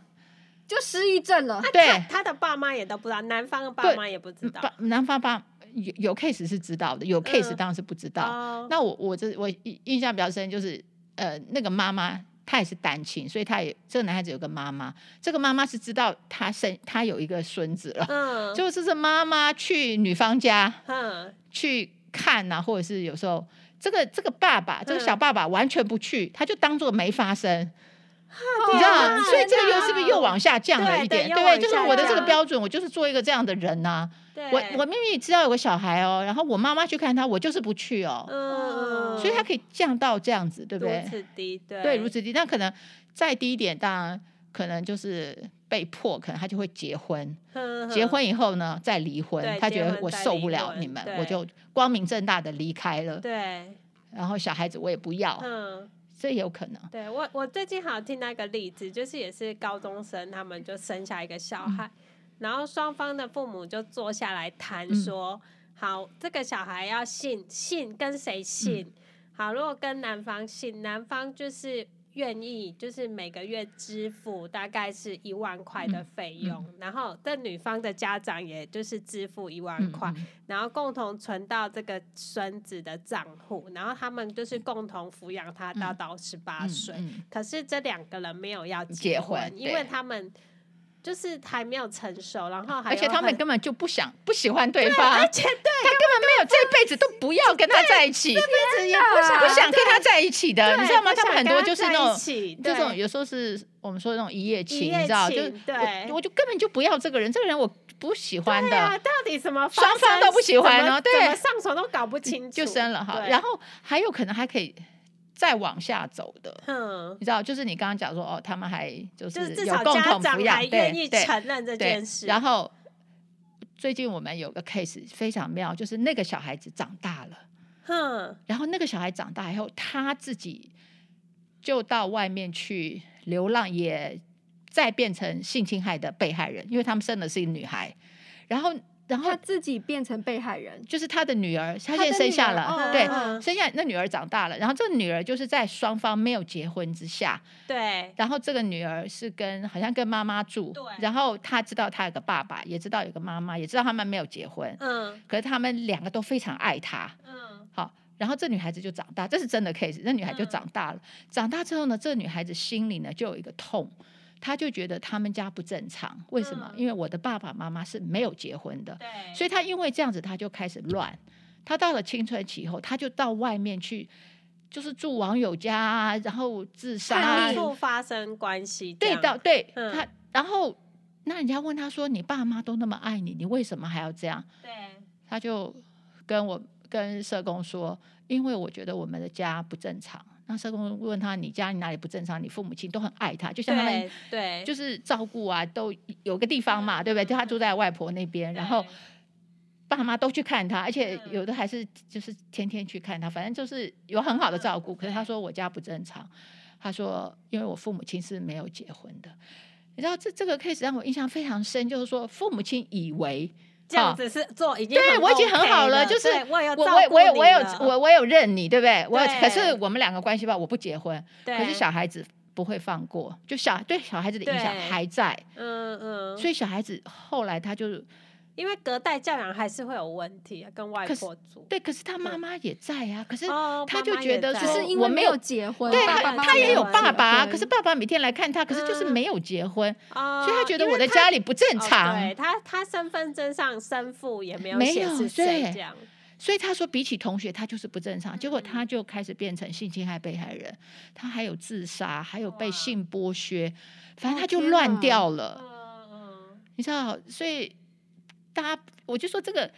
[SPEAKER 4] 就失忆症了。
[SPEAKER 1] 对，
[SPEAKER 3] 他的爸妈也都不知道，男方的爸
[SPEAKER 1] 对
[SPEAKER 3] 妈也不知
[SPEAKER 1] 嗯
[SPEAKER 3] 道
[SPEAKER 1] 爸，男方爸有有 case 是知道的，有 case
[SPEAKER 3] 嗯
[SPEAKER 1] 当然是不知道。
[SPEAKER 3] 哦，
[SPEAKER 1] 那我我这我印印象比较深就是，呃，那个妈妈她也是单亲，所以她也这个男孩子有个妈妈，这个妈妈是知道她生她有一个孙子了，
[SPEAKER 3] 嗯，
[SPEAKER 1] 就是这妈妈去女方家
[SPEAKER 3] 嗯
[SPEAKER 1] 去看呐、或者是有时候这个这个爸爸，这个小
[SPEAKER 3] 嗯
[SPEAKER 1] 爸爸完全不去，他就当做没发生，你
[SPEAKER 4] 对
[SPEAKER 3] 哦
[SPEAKER 1] 知道
[SPEAKER 4] 啊
[SPEAKER 1] 吗？所以这个又是不是又往下降了
[SPEAKER 3] 对
[SPEAKER 1] 一
[SPEAKER 3] 对
[SPEAKER 1] 点？
[SPEAKER 3] 又
[SPEAKER 1] 对不对？
[SPEAKER 3] 往
[SPEAKER 1] 就是
[SPEAKER 3] 下
[SPEAKER 1] 我的这个
[SPEAKER 3] 降
[SPEAKER 1] 标准，我就是做一个这样的人呐、
[SPEAKER 3] 对，
[SPEAKER 1] 我我明明知道有个小孩哦，然后我妈妈去看他，我就是不去哦，
[SPEAKER 3] 嗯，
[SPEAKER 1] 所以他可以降到这样子，对不对
[SPEAKER 3] 如？此低，对
[SPEAKER 1] 对，如此低。那可能再低一点，当然可能就是被迫，可能他就会结婚。
[SPEAKER 3] 哼
[SPEAKER 1] 结
[SPEAKER 3] 哼
[SPEAKER 1] 婚以后呢，再离婚
[SPEAKER 3] 嗯对，
[SPEAKER 1] 他
[SPEAKER 3] 结
[SPEAKER 1] 觉得
[SPEAKER 3] 婚
[SPEAKER 1] 我
[SPEAKER 3] 再
[SPEAKER 1] 受
[SPEAKER 3] 离
[SPEAKER 1] 不了
[SPEAKER 3] 婚
[SPEAKER 1] 你们，
[SPEAKER 3] 对
[SPEAKER 1] 我就光明正大的离开了。
[SPEAKER 3] 对，
[SPEAKER 1] 然后小孩子我也不要，
[SPEAKER 3] 嗯，
[SPEAKER 1] 这也有可能。
[SPEAKER 3] 对我我最近好像听到一个例子，就是也是高中生，他们就生下一个小
[SPEAKER 1] 嗯
[SPEAKER 3] 孩，然后双方的父母就坐下来谈
[SPEAKER 1] 嗯
[SPEAKER 3] 说，好，这个小孩要姓姓跟
[SPEAKER 1] 嗯
[SPEAKER 3] 谁姓，好，如果跟男方姓，男方就是。愿意就是每个月支付大概是一万块的
[SPEAKER 1] 嗯
[SPEAKER 3] 费用，然后这女方的家长也就是支付一万
[SPEAKER 1] 嗯
[SPEAKER 3] 块，
[SPEAKER 1] 嗯
[SPEAKER 3] 然后共同存到这个孙子的账户，然后他们就是共同抚养他到
[SPEAKER 1] 嗯
[SPEAKER 3] 到十八岁。
[SPEAKER 1] 嗯嗯
[SPEAKER 3] 可是这两个人没有要
[SPEAKER 1] 结
[SPEAKER 3] 婚，
[SPEAKER 1] 婚
[SPEAKER 3] 因为
[SPEAKER 1] 对
[SPEAKER 3] 他们就是还没有成熟，然后还
[SPEAKER 1] 而且
[SPEAKER 3] 有
[SPEAKER 1] 他们
[SPEAKER 3] 很
[SPEAKER 1] 根本就不想不喜欢对方，他根
[SPEAKER 3] 而且对
[SPEAKER 1] 本没有这辈子都不要跟他在一起，
[SPEAKER 3] 一直也
[SPEAKER 4] 不想
[SPEAKER 1] 不想跟他在一起的，
[SPEAKER 3] 对
[SPEAKER 1] 呃你知道吗？
[SPEAKER 3] 不
[SPEAKER 1] 他们
[SPEAKER 3] 想
[SPEAKER 1] 很
[SPEAKER 3] 跟
[SPEAKER 1] 多
[SPEAKER 3] 他
[SPEAKER 1] 就是
[SPEAKER 3] 在
[SPEAKER 1] 那
[SPEAKER 3] 一
[SPEAKER 1] 种
[SPEAKER 3] 起
[SPEAKER 1] 这种
[SPEAKER 3] 对
[SPEAKER 1] 有时候是我们说的那种一夜情，
[SPEAKER 3] 一夜
[SPEAKER 1] 你知道，就
[SPEAKER 3] 情
[SPEAKER 1] 是
[SPEAKER 3] 对
[SPEAKER 1] 我我就根本就不要这个人，这个人我不喜欢
[SPEAKER 3] 对
[SPEAKER 1] 的，
[SPEAKER 3] 啊，到底什么
[SPEAKER 1] 双方都不喜欢
[SPEAKER 3] 呢？
[SPEAKER 1] 哦对
[SPEAKER 3] 怎么上手都搞不清楚，
[SPEAKER 1] 就生了哈。
[SPEAKER 3] 对
[SPEAKER 1] 然后还有可能还可以再往下走的。
[SPEAKER 3] 嗯，
[SPEAKER 1] 你知道，就是你刚刚讲说，哦，他们还就
[SPEAKER 3] 就是是至
[SPEAKER 1] 有
[SPEAKER 3] 少
[SPEAKER 1] 共
[SPEAKER 3] 家
[SPEAKER 1] 同
[SPEAKER 3] 长
[SPEAKER 1] 抚
[SPEAKER 3] 还
[SPEAKER 1] 养，
[SPEAKER 3] 愿意
[SPEAKER 1] 对对
[SPEAKER 3] 承认这
[SPEAKER 1] 对
[SPEAKER 3] 件事，
[SPEAKER 1] 然
[SPEAKER 3] 后
[SPEAKER 1] 后最近我们有个 case 非常妙，就是那个小孩子长大了，
[SPEAKER 3] 哼，
[SPEAKER 1] 然后那个小孩长大以后，他自己就到外面去流浪，也再变成性侵害的被害人，因为他们生的是一个女孩，然后然后
[SPEAKER 4] 他自己变成被害人，
[SPEAKER 1] 就是他的女儿，他
[SPEAKER 4] 他
[SPEAKER 1] 现在
[SPEAKER 4] 的
[SPEAKER 1] 生
[SPEAKER 4] 女
[SPEAKER 1] 下
[SPEAKER 4] 儿
[SPEAKER 1] 了，
[SPEAKER 4] 哦
[SPEAKER 1] 对。
[SPEAKER 3] 嗯
[SPEAKER 1] 生下那女儿长大了，然后这个女儿就是在双方没有结婚之下，
[SPEAKER 3] 对，
[SPEAKER 1] 然后这个女儿是跟好像跟妈妈住
[SPEAKER 3] 对，
[SPEAKER 1] 然后她知道她有个爸爸，也知道有个妈妈，也知道他们没有结婚，
[SPEAKER 3] 嗯
[SPEAKER 1] 可是他们两个都非常爱她，
[SPEAKER 3] 嗯
[SPEAKER 1] 好，然后这女孩子就长大，这是真的 case。那女孩就
[SPEAKER 3] 嗯
[SPEAKER 1] 长大了，长大之后呢，这女孩子心里呢就有一个痛，她就觉得他们家不正常，为什么？
[SPEAKER 3] 嗯
[SPEAKER 1] 因为我的爸爸妈妈是没有结婚的，
[SPEAKER 3] 对，
[SPEAKER 1] 所以她因为这样子，她就开始乱。她到了青春期以后，她就到外面去，就是住网友家啊，然后自杀啊
[SPEAKER 3] 反，复发生关系这
[SPEAKER 1] 对
[SPEAKER 3] 样，
[SPEAKER 1] 到对
[SPEAKER 3] 嗯
[SPEAKER 1] 她，然后那人家问她说：“你爸妈都那么爱你，你为什么还要这样？”
[SPEAKER 3] 对，
[SPEAKER 1] 他就跟我跟社工说，因为我觉得我们的家不正常。那社工问他：“你家里哪里不正常？你父母亲都很爱他，就像他们
[SPEAKER 3] 对对，
[SPEAKER 1] 就是照顾啊，都有个地方嘛，
[SPEAKER 3] 嗯
[SPEAKER 1] 对不对？就他
[SPEAKER 3] 嗯
[SPEAKER 1] 住在外婆那边，然后
[SPEAKER 3] 对
[SPEAKER 1] 爸妈都去看他，而且
[SPEAKER 3] 嗯
[SPEAKER 1] 有的还是就是天天去看他，反正就是有很好的照
[SPEAKER 3] 嗯
[SPEAKER 1] 顾。可是他说我家不正常，他说因为我父母亲是没有结婚的。你知道这这个 case 让我印象非常深，就是说父母亲以为
[SPEAKER 3] 这样
[SPEAKER 1] 啊
[SPEAKER 3] 子是做已经
[SPEAKER 1] 对我已经很
[SPEAKER 3] OK
[SPEAKER 1] 好
[SPEAKER 3] 了，
[SPEAKER 1] 就是
[SPEAKER 3] 对我也有
[SPEAKER 1] 我
[SPEAKER 3] 照
[SPEAKER 1] 我我有
[SPEAKER 3] 顾
[SPEAKER 1] 我有
[SPEAKER 3] 你了
[SPEAKER 1] 我我有认你，对不对？我有
[SPEAKER 3] 对
[SPEAKER 1] 可是我们两个关系吧，我不结婚，
[SPEAKER 3] 对
[SPEAKER 1] 可是小孩子不会放过，就小对小孩子的影响
[SPEAKER 3] 对
[SPEAKER 1] 还在，
[SPEAKER 3] 嗯嗯，
[SPEAKER 1] 所以小孩子后来他就
[SPEAKER 3] 因为隔代教养还是会有问题啊，跟外
[SPEAKER 1] 可是
[SPEAKER 3] 婆住，
[SPEAKER 1] 对，可是他妈妈也在啊，可是
[SPEAKER 3] 嗯哦
[SPEAKER 1] 他就
[SPEAKER 3] 妈妈
[SPEAKER 1] 觉
[SPEAKER 3] 也
[SPEAKER 1] 得
[SPEAKER 3] 在
[SPEAKER 4] 只
[SPEAKER 1] 说
[SPEAKER 4] 是因
[SPEAKER 1] 我
[SPEAKER 4] 为
[SPEAKER 1] 没
[SPEAKER 4] 没
[SPEAKER 1] 有
[SPEAKER 4] 有结婚，
[SPEAKER 1] 对
[SPEAKER 4] 爸
[SPEAKER 1] 他
[SPEAKER 4] 爸妈妈
[SPEAKER 1] 他也
[SPEAKER 4] 没
[SPEAKER 1] 有爸爸，
[SPEAKER 4] 结婚
[SPEAKER 1] 可是爸爸每天来看他，可是就是
[SPEAKER 3] 嗯
[SPEAKER 1] 没有结婚，
[SPEAKER 3] 哦
[SPEAKER 1] 所以他觉得
[SPEAKER 3] 因为
[SPEAKER 1] 我的
[SPEAKER 3] 他
[SPEAKER 1] 家里不正
[SPEAKER 3] 哦
[SPEAKER 1] 常
[SPEAKER 3] 对，他他身份证上生父也没有
[SPEAKER 1] 没
[SPEAKER 3] 显
[SPEAKER 1] 有
[SPEAKER 3] 示谁
[SPEAKER 1] 对
[SPEAKER 3] 这样，
[SPEAKER 1] 所以他说，比起同学，他就是不正常。结果
[SPEAKER 3] 嗯
[SPEAKER 1] 他就开始变成性侵害被害人，他还有自杀，还有被
[SPEAKER 3] 哇
[SPEAKER 1] 性剥削，反正
[SPEAKER 4] 哦
[SPEAKER 1] 他就
[SPEAKER 4] 天
[SPEAKER 1] 乱
[SPEAKER 4] 哪
[SPEAKER 1] 掉了，
[SPEAKER 3] 嗯嗯，
[SPEAKER 1] 你知道？所以大家，我就说这个。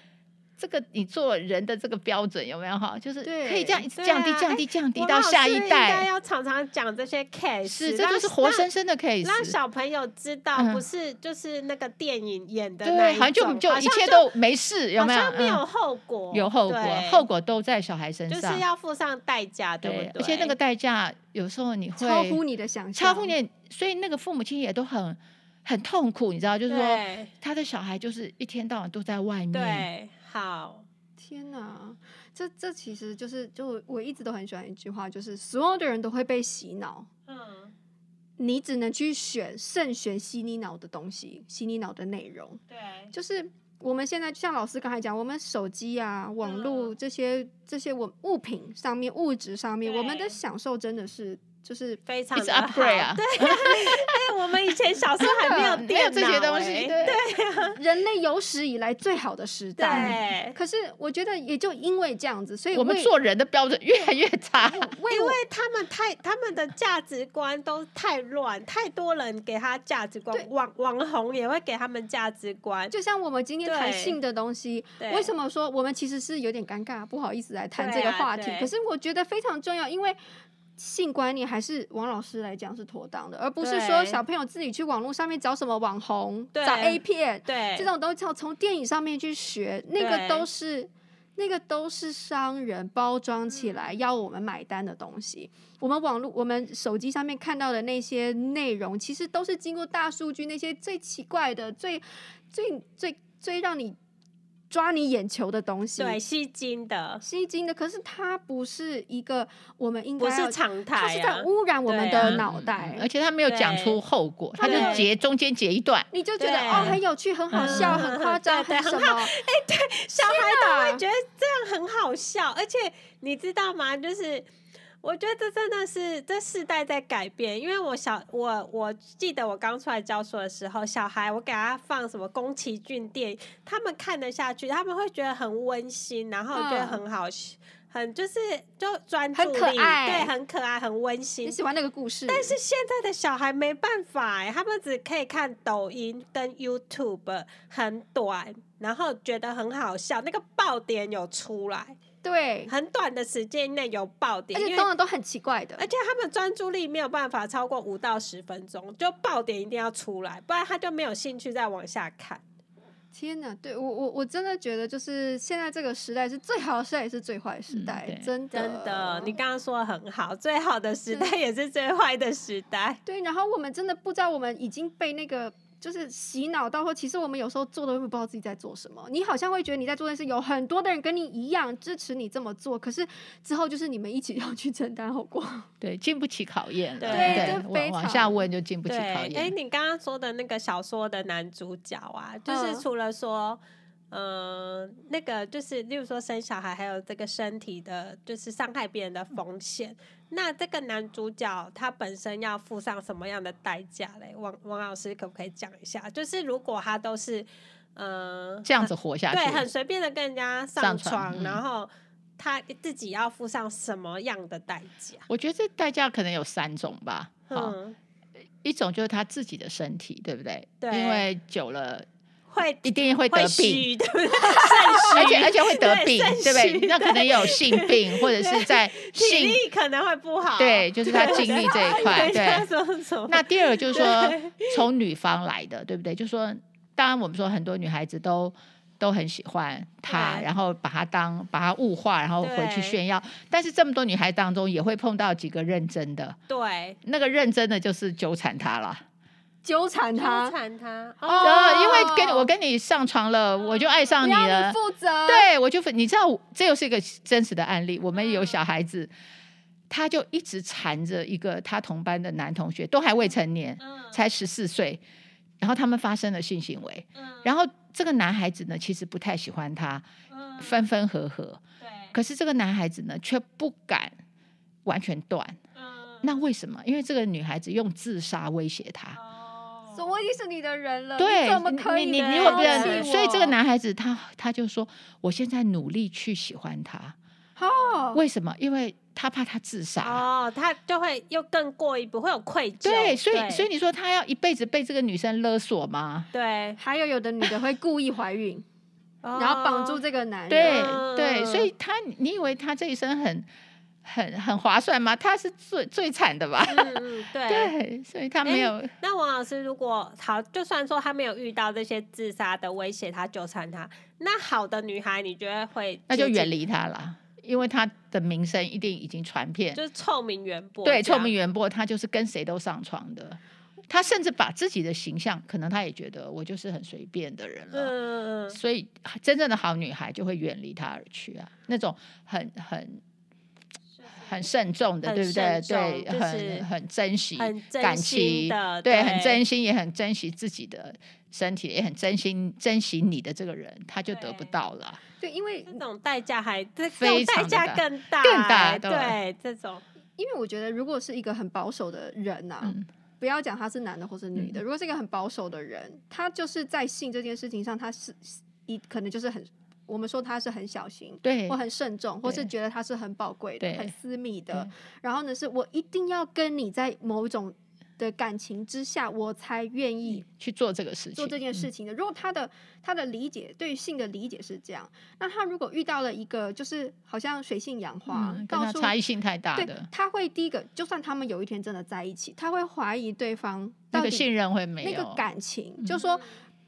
[SPEAKER 1] 这个你做人的这个标准有没有哈？就是可以这样一直
[SPEAKER 3] 对
[SPEAKER 1] 降低、
[SPEAKER 3] 啊
[SPEAKER 1] 降
[SPEAKER 3] 哎
[SPEAKER 1] 低、降低
[SPEAKER 3] 我
[SPEAKER 1] 到
[SPEAKER 3] 们老
[SPEAKER 1] 下
[SPEAKER 3] 师
[SPEAKER 1] 一
[SPEAKER 3] 应该
[SPEAKER 1] 代，
[SPEAKER 3] 要常常讲这些 case，
[SPEAKER 1] 是这
[SPEAKER 3] 让
[SPEAKER 1] 就是活
[SPEAKER 3] 让
[SPEAKER 1] 生生的 case。
[SPEAKER 3] 让小朋友知道，
[SPEAKER 1] 嗯
[SPEAKER 3] 不是就是那个电影演的那
[SPEAKER 1] 对，
[SPEAKER 3] 一
[SPEAKER 1] 好像就
[SPEAKER 3] 种
[SPEAKER 1] 就
[SPEAKER 3] 好
[SPEAKER 1] 一
[SPEAKER 3] 像
[SPEAKER 1] 切都没事，有
[SPEAKER 3] 好
[SPEAKER 1] 没有？
[SPEAKER 3] 像没有
[SPEAKER 1] 嗯，
[SPEAKER 3] 后果，
[SPEAKER 1] 有后果
[SPEAKER 3] 对，
[SPEAKER 1] 后果都在小孩身
[SPEAKER 3] 就
[SPEAKER 1] 上
[SPEAKER 3] 是。要付上代价，对不
[SPEAKER 1] 对
[SPEAKER 3] 对？，
[SPEAKER 1] 而且那个代价有时候你会
[SPEAKER 4] 超乎你的想
[SPEAKER 1] 超
[SPEAKER 4] 象，
[SPEAKER 1] 乎你的，所以那个父母亲也都很很痛苦，你知道，就是说嗯
[SPEAKER 3] 对
[SPEAKER 1] 他的小孩就是一天到晚都在外面，
[SPEAKER 3] 对，好，
[SPEAKER 4] 天哪，这这其实就是就我一直都很喜欢一句话，就是所有的人都会被洗脑，
[SPEAKER 3] 嗯，
[SPEAKER 4] 你只能去选慎选洗你脑的东西，洗你脑的内容。
[SPEAKER 3] 对，
[SPEAKER 4] 就是我们现在就像老师刚才讲，我们手机啊、网络
[SPEAKER 3] 嗯
[SPEAKER 4] 这些这些我物品上面、物质上面，
[SPEAKER 3] 对
[SPEAKER 4] 我们的享受真的是就是
[SPEAKER 3] 非常
[SPEAKER 1] 一直
[SPEAKER 3] 的好
[SPEAKER 1] upgrade 啊
[SPEAKER 3] 对， 哎，我们以前小时候还没有
[SPEAKER 1] 没有
[SPEAKER 3] 电
[SPEAKER 1] 这些
[SPEAKER 3] 脑
[SPEAKER 1] 东西，
[SPEAKER 3] 哎
[SPEAKER 1] 对，
[SPEAKER 4] 人类有史以来最好的时代。
[SPEAKER 3] 对，
[SPEAKER 4] 可是我觉得也就因为这样子，所以
[SPEAKER 1] 我们
[SPEAKER 4] 为
[SPEAKER 1] 做人的标准越来越差。
[SPEAKER 4] 为
[SPEAKER 3] 因
[SPEAKER 4] 我
[SPEAKER 3] 为他们太他们的价值观都太乱，太多人给他价值观
[SPEAKER 4] 对，
[SPEAKER 3] 网网红也会给他们价值观，
[SPEAKER 4] 就像我们今天谈
[SPEAKER 3] 对
[SPEAKER 4] 性的东西，
[SPEAKER 3] 对
[SPEAKER 4] 为什么说我们其实是有点尴尬，不好意思来谈这
[SPEAKER 3] 对
[SPEAKER 4] 个
[SPEAKER 3] 啊
[SPEAKER 4] 话题？
[SPEAKER 3] 对
[SPEAKER 4] 可是我觉得非常重要，因为性观念还是王老师来讲是妥当的，而不是说
[SPEAKER 3] 对
[SPEAKER 4] 小朋友自己去网络上面找什么网红、
[SPEAKER 3] 对
[SPEAKER 4] 找 A 片
[SPEAKER 3] 对，
[SPEAKER 4] 这种东西，要从电影上面去学，那
[SPEAKER 3] 对
[SPEAKER 4] 个都是。那个都是商人包装起来
[SPEAKER 3] 嗯
[SPEAKER 4] 要我们买单的东西。我们网络、我们手机上面看到的那些内容，其实都是经过大数据那些最奇怪的、最最最最让你抓你眼球的东西，
[SPEAKER 3] 对吸金的，
[SPEAKER 4] 吸睛的。可是它不是一个我们应
[SPEAKER 3] 不
[SPEAKER 1] 啊
[SPEAKER 4] 该要
[SPEAKER 3] 是，常
[SPEAKER 4] 它
[SPEAKER 3] 态
[SPEAKER 4] 是
[SPEAKER 3] 啊
[SPEAKER 4] 在。污染我们
[SPEAKER 3] 对啊
[SPEAKER 4] 的脑袋。
[SPEAKER 1] 嗯而且他没有讲出后果，他就
[SPEAKER 3] 对
[SPEAKER 1] 截中间截一段，
[SPEAKER 4] 你就觉得
[SPEAKER 3] 对
[SPEAKER 4] 哦，很有趣，很好 笑，
[SPEAKER 3] 嗯
[SPEAKER 4] 很夸张，
[SPEAKER 3] 对对
[SPEAKER 4] 很什 么？
[SPEAKER 3] 小孩都
[SPEAKER 4] 天
[SPEAKER 3] 会
[SPEAKER 4] 哪
[SPEAKER 3] 觉得这样很好笑，而且你知道吗？就是我觉得这真的是这世代在改变，因为我小我我记得我刚出来教书的时候，小孩我给他放什么宫崎骏电影，他们看得下去，他们会觉得很温馨，然后觉得
[SPEAKER 4] 嗯
[SPEAKER 3] 很好笑，很就是就专注
[SPEAKER 4] 很
[SPEAKER 3] 力，
[SPEAKER 4] 可爱
[SPEAKER 3] 对，很可爱，很温馨
[SPEAKER 4] 你。喜欢那个故事？但
[SPEAKER 3] 但是现在的小孩没办法、欸，他们只可以看抖音跟 YouTube，很短，然后觉得很好笑，那个爆点有出来，
[SPEAKER 4] 对，
[SPEAKER 3] 很短的时间内有爆点，
[SPEAKER 4] 而且
[SPEAKER 3] 因
[SPEAKER 4] 通
[SPEAKER 3] 为
[SPEAKER 4] 常都很奇怪的
[SPEAKER 3] 而。
[SPEAKER 1] 哎
[SPEAKER 3] 且他们专注力没有办法超过五到十分钟，就爆点一定要出来，不然他就没有兴趣再往下看。
[SPEAKER 4] 天哪，对我我我真的觉得，就是现在这个时代是最好的时代，也是最坏的时
[SPEAKER 1] 嗯
[SPEAKER 4] 代，
[SPEAKER 1] 对
[SPEAKER 4] 真的
[SPEAKER 3] 真的，你刚刚说的很好，最好的时代也是最坏的时代。
[SPEAKER 4] 对。然后我们真的不知道，我们已经被那个就是洗脑到，或其实我们有时候做的会不知道自己在做什么。你好像会觉得你在做的事，有很多的人跟你一样支持你这么做，可是之后就是你们一起 要去承担后果。
[SPEAKER 1] 对，经不起考验了。
[SPEAKER 3] 对
[SPEAKER 1] 对，
[SPEAKER 4] 这
[SPEAKER 1] 往
[SPEAKER 4] 非
[SPEAKER 1] 往
[SPEAKER 4] 常
[SPEAKER 1] 下问就经不起
[SPEAKER 3] 对，
[SPEAKER 1] 考
[SPEAKER 3] 哎、
[SPEAKER 1] 验。
[SPEAKER 3] 你刚刚说的那个小说的男主角啊，就是
[SPEAKER 4] 嗯
[SPEAKER 3] 除了说，嗯、那个就是，例如说生小孩，还有这个身体的，就是伤害别人的风险。那这个男主角他本身要付上什么样的代价嘞？王王老师可不可以讲一下？就是如果他都是，嗯、
[SPEAKER 1] 这样子活下
[SPEAKER 3] 对，很
[SPEAKER 1] 去，
[SPEAKER 3] 随便的跟人家
[SPEAKER 1] 上
[SPEAKER 3] 上
[SPEAKER 1] 床嗯
[SPEAKER 3] 床，然后他自己要付上什么样的代价？
[SPEAKER 1] 我觉得这代价可能有三种吧。好，
[SPEAKER 3] 嗯，
[SPEAKER 1] 一种就是他自己的身体，对不对？
[SPEAKER 3] 对
[SPEAKER 1] 因为久了
[SPEAKER 3] 会
[SPEAKER 1] 一定会
[SPEAKER 3] 会
[SPEAKER 1] 得病，
[SPEAKER 3] 虚，对不对？肾虚，
[SPEAKER 1] 而且而且会得
[SPEAKER 3] 对
[SPEAKER 1] 病，
[SPEAKER 3] 肾
[SPEAKER 1] 对不
[SPEAKER 3] 虚
[SPEAKER 1] 对？那可能也有性病，或者是在
[SPEAKER 3] 体
[SPEAKER 1] 性
[SPEAKER 3] 力可能会不好。
[SPEAKER 1] 对，就是他精力这一 块，对。
[SPEAKER 3] 他说什么？
[SPEAKER 1] 那第二个就是说
[SPEAKER 3] 对，
[SPEAKER 1] 从女方来的，对不对？就是说，当然我们说很多女孩子都都很喜欢他，
[SPEAKER 3] 对
[SPEAKER 1] 然后把他当把他物化，然后回去
[SPEAKER 3] 对
[SPEAKER 1] 炫耀。但是这么多女孩当中，也会碰到几个认真的，
[SPEAKER 3] 对，
[SPEAKER 1] 那个认真的就是纠缠他了。
[SPEAKER 4] 纠缠
[SPEAKER 3] 纠
[SPEAKER 4] 他，
[SPEAKER 3] 缠他
[SPEAKER 4] 哦
[SPEAKER 3] 哦，
[SPEAKER 1] 呃，因为跟你我跟你上床了，我就爱上
[SPEAKER 4] 不
[SPEAKER 1] 你
[SPEAKER 4] 要
[SPEAKER 1] 了
[SPEAKER 4] 你。负责。，
[SPEAKER 1] 对，我就你知道，这又是一个真实的案例。我们有小孩子，他就一直缠着一个他同班的男同学，都还未成年，
[SPEAKER 3] 嗯
[SPEAKER 1] 才十四岁，然后他们发生了性行为，
[SPEAKER 3] 嗯
[SPEAKER 1] 然后这个男孩子呢，其实不太喜欢他，
[SPEAKER 3] 嗯
[SPEAKER 1] 分分合合，
[SPEAKER 3] 对，
[SPEAKER 1] 可是这个男孩子呢，却不敢完全断。
[SPEAKER 3] 嗯
[SPEAKER 1] 那为什么？因为这个女孩子用自杀威胁他。
[SPEAKER 3] 哦
[SPEAKER 4] 说我已经是你的人了，
[SPEAKER 1] 对，哦
[SPEAKER 4] 你怎么可以
[SPEAKER 1] 你你
[SPEAKER 4] 呢
[SPEAKER 1] 你
[SPEAKER 3] 呢
[SPEAKER 1] 如果
[SPEAKER 4] 抛
[SPEAKER 1] 不
[SPEAKER 3] 然
[SPEAKER 4] 弃
[SPEAKER 1] 认，所以这个
[SPEAKER 4] 我
[SPEAKER 1] 男孩子他他就说，我现在努力去喜欢他，
[SPEAKER 4] 哦，
[SPEAKER 1] 为什么？因为他怕他自杀。
[SPEAKER 3] 哦，他就会又更过一步，会有愧疚。
[SPEAKER 1] 对，所以所以
[SPEAKER 3] 以
[SPEAKER 1] 你说他要一辈子被这个女生勒索吗？
[SPEAKER 3] 对，
[SPEAKER 4] 还有有的女的会故意怀 孕，
[SPEAKER 3] 然
[SPEAKER 4] 然后绑住这个男人。
[SPEAKER 1] 哦对
[SPEAKER 3] 嗯
[SPEAKER 1] 对，所以他你以为他这一生很很很划算吗？他是最最惨的吧？
[SPEAKER 3] 嗯嗯，对。
[SPEAKER 1] 哦 对，所以他没有
[SPEAKER 3] 那王老师，如果好，就算说他没有遇到这些自杀的威胁，他纠缠他，那好的女孩，你觉得会
[SPEAKER 1] 那就
[SPEAKER 3] 接近
[SPEAKER 1] 远离他了，因为他的名声一定已经传遍，
[SPEAKER 3] 就是臭名远播这
[SPEAKER 1] 对，
[SPEAKER 3] 样，
[SPEAKER 1] 臭名远播，他就是跟谁都上床的。他甚至把自己的形象，可能他也觉得我就是很随便的人了，
[SPEAKER 3] 嗯，嗯嗯
[SPEAKER 1] 所以真正的好女孩就会远离他而去啊，那种很很很慎重的，
[SPEAKER 3] 很
[SPEAKER 1] 对不对？
[SPEAKER 3] 慎重
[SPEAKER 1] 对，
[SPEAKER 3] 就是
[SPEAKER 1] 很很珍惜
[SPEAKER 3] 很珍
[SPEAKER 1] 感
[SPEAKER 3] 惜
[SPEAKER 1] 情
[SPEAKER 3] 的
[SPEAKER 1] 对，
[SPEAKER 3] 对
[SPEAKER 1] 很珍惜，也很珍惜自己的身体，也很珍惜珍惜你的这个人，他就得不
[SPEAKER 3] 对
[SPEAKER 1] 到了。
[SPEAKER 4] 对，因为
[SPEAKER 3] 这种代价还这这
[SPEAKER 1] 非
[SPEAKER 3] 种
[SPEAKER 1] 常的
[SPEAKER 3] 代价
[SPEAKER 1] 大
[SPEAKER 3] 更大
[SPEAKER 1] 更大
[SPEAKER 3] 欸
[SPEAKER 1] 对
[SPEAKER 3] 对这种
[SPEAKER 4] 因为我觉得如果是一个很保守的人呐、
[SPEAKER 1] 嗯
[SPEAKER 4] 不要讲他是男的或是女的，如果是一个很保守的人，他就是在性这件事情上，他是一可能就是很，我们说他是很小心。
[SPEAKER 1] 对
[SPEAKER 4] 或很慎重，或是
[SPEAKER 1] 对
[SPEAKER 4] 觉得他是很宝贵的、
[SPEAKER 1] 对嗯
[SPEAKER 4] 很私密的
[SPEAKER 1] 对。
[SPEAKER 4] 然后呢，是我一定要跟你在某种的感情之下，我才愿意
[SPEAKER 1] 去做这个事情，
[SPEAKER 4] 做这件
[SPEAKER 1] 嗯
[SPEAKER 4] 事情的。如果他的他的理解对性的理解是这样，那他如果遇到了一个就是好像水性杨花，
[SPEAKER 1] 嗯，跟
[SPEAKER 4] 告
[SPEAKER 1] 他
[SPEAKER 4] 诉
[SPEAKER 1] 差异性太大
[SPEAKER 4] 对
[SPEAKER 1] 的，，
[SPEAKER 4] 他会第一个，就算他们有一天真的在一起，他会怀疑对方
[SPEAKER 1] 那
[SPEAKER 4] 到
[SPEAKER 1] 个
[SPEAKER 4] 底
[SPEAKER 1] 信任会没有
[SPEAKER 4] 那个感情，
[SPEAKER 1] 嗯
[SPEAKER 4] 就说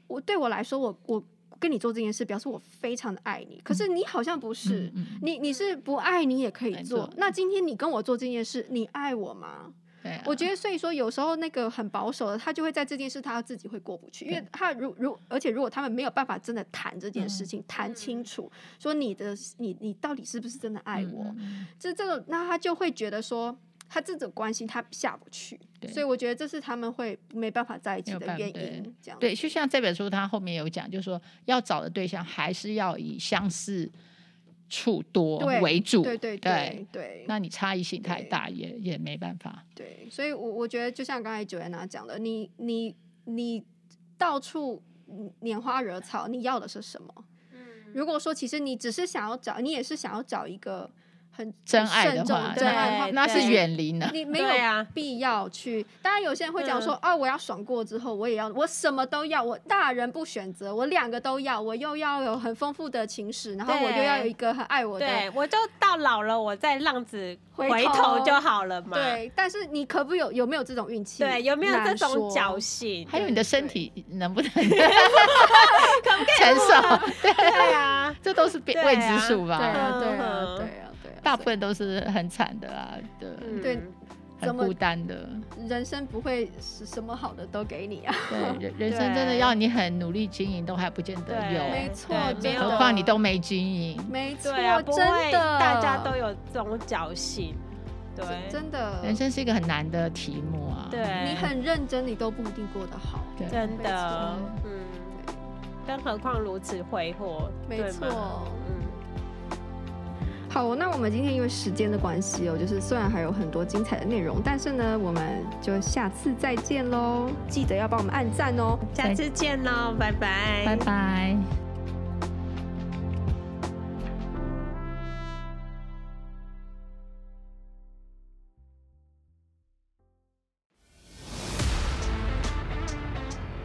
[SPEAKER 4] 我对我来说，我我跟你做这件事，表示我非常的爱你，可是你好像不是。
[SPEAKER 1] 嗯嗯
[SPEAKER 4] 你你是不爱你也可以
[SPEAKER 1] 没
[SPEAKER 4] 做
[SPEAKER 1] 错，
[SPEAKER 4] 那今天你跟我做这件事，你爱我吗？
[SPEAKER 1] 对啊，
[SPEAKER 4] 我觉得，所以说有时候那个很保守的，他就会在这件事他自己会过不去，因为
[SPEAKER 1] 对
[SPEAKER 4] 他如如，而且如果他们没有办法真的谈这件事
[SPEAKER 1] 嗯
[SPEAKER 4] 情，谈清
[SPEAKER 3] 嗯
[SPEAKER 4] 楚，说你的你你到底是不是真的爱
[SPEAKER 1] 嗯
[SPEAKER 4] 我，
[SPEAKER 1] 嗯嗯
[SPEAKER 4] 这这种，那他就会觉得说，他这种关系他下不去，
[SPEAKER 1] 对
[SPEAKER 4] 所以我觉得这是他们会没办法在一起
[SPEAKER 1] 没有
[SPEAKER 4] 的
[SPEAKER 1] 办
[SPEAKER 4] 原
[SPEAKER 1] 法
[SPEAKER 4] 因。这样
[SPEAKER 1] 对，就像这本书它后面有讲，就是说要找的对象还是要以相似处多
[SPEAKER 4] 对
[SPEAKER 1] 为主，
[SPEAKER 4] 对对
[SPEAKER 1] 对
[SPEAKER 4] 对对
[SPEAKER 1] 那你差异性太
[SPEAKER 4] 对
[SPEAKER 1] 大也也没办法，
[SPEAKER 4] 对，所以我我觉得就像刚才九安娜讲的，你你你到处拈花惹草，你要的是什么？
[SPEAKER 3] 嗯
[SPEAKER 4] 如果说其实你只是想要找，你也是想要找一个 很
[SPEAKER 1] 真
[SPEAKER 4] 很
[SPEAKER 1] 爱的
[SPEAKER 4] 慎重
[SPEAKER 1] 话，
[SPEAKER 4] 真爱的话
[SPEAKER 1] 那那
[SPEAKER 3] 对
[SPEAKER 1] 是远离呢。
[SPEAKER 4] 你没
[SPEAKER 3] 对
[SPEAKER 4] 有
[SPEAKER 3] 啊嗯
[SPEAKER 4] 必要去。当然，有些人会讲说：“哦，我要爽过之后，我也要，我什么都要，我大人不选择，我两个都要，我又要有很丰富的情史，然后我
[SPEAKER 3] 对
[SPEAKER 4] 又要有一个很爱我的。
[SPEAKER 3] 对，我就到老了，我再浪子
[SPEAKER 4] 回
[SPEAKER 3] 回
[SPEAKER 4] 头
[SPEAKER 3] 头就好了”嘛。
[SPEAKER 4] 对，但是你可不有有没有这种运气？
[SPEAKER 3] 对，有没有这种侥
[SPEAKER 4] 幸？
[SPEAKER 3] 幸？
[SPEAKER 1] 还有你的身体能不能
[SPEAKER 3] 可不可以
[SPEAKER 1] 承
[SPEAKER 3] 不啊
[SPEAKER 1] 受？对，
[SPEAKER 3] 对啊，
[SPEAKER 1] 这都是变未
[SPEAKER 3] 对啊
[SPEAKER 1] 知数
[SPEAKER 4] 对
[SPEAKER 1] 吧。
[SPEAKER 4] 啊，对啊，
[SPEAKER 3] 嗯
[SPEAKER 4] 对啊，对啊，
[SPEAKER 1] 大部分都是很惨的啊，对，
[SPEAKER 4] 对
[SPEAKER 3] 嗯
[SPEAKER 1] 很
[SPEAKER 4] 怎么
[SPEAKER 1] 孤单的。
[SPEAKER 4] 所以人生不会是什么好的都给你 啊。
[SPEAKER 1] 对，人 人生真的
[SPEAKER 3] 对
[SPEAKER 1] 要你很努力经营，都还不见得
[SPEAKER 3] 对
[SPEAKER 1] 有。
[SPEAKER 4] 没错
[SPEAKER 1] 对，
[SPEAKER 4] 真
[SPEAKER 1] 何
[SPEAKER 4] 的
[SPEAKER 1] 况你都没经营，
[SPEAKER 4] 没错，
[SPEAKER 3] 对啊，不
[SPEAKER 4] 真
[SPEAKER 3] 会
[SPEAKER 4] 的，
[SPEAKER 3] 大家都有这种侥幸，对
[SPEAKER 4] 真真的，
[SPEAKER 1] 人生是一个很难的题目啊。
[SPEAKER 3] 对，
[SPEAKER 4] 你很认真，你都不一定过得好。
[SPEAKER 1] 对
[SPEAKER 3] 真
[SPEAKER 4] 没
[SPEAKER 3] 的
[SPEAKER 4] 错，
[SPEAKER 3] 嗯，更何况如此挥霍，
[SPEAKER 4] 没
[SPEAKER 3] 对
[SPEAKER 4] 错
[SPEAKER 3] 吗嗯，
[SPEAKER 4] 好，那我们今天因为时间的关系哦，就是虽然还有很多精彩的内容，但是呢，我们就下次再见喽！记得要帮我们按赞哦。
[SPEAKER 3] 下次见喽，拜拜，
[SPEAKER 1] 拜拜。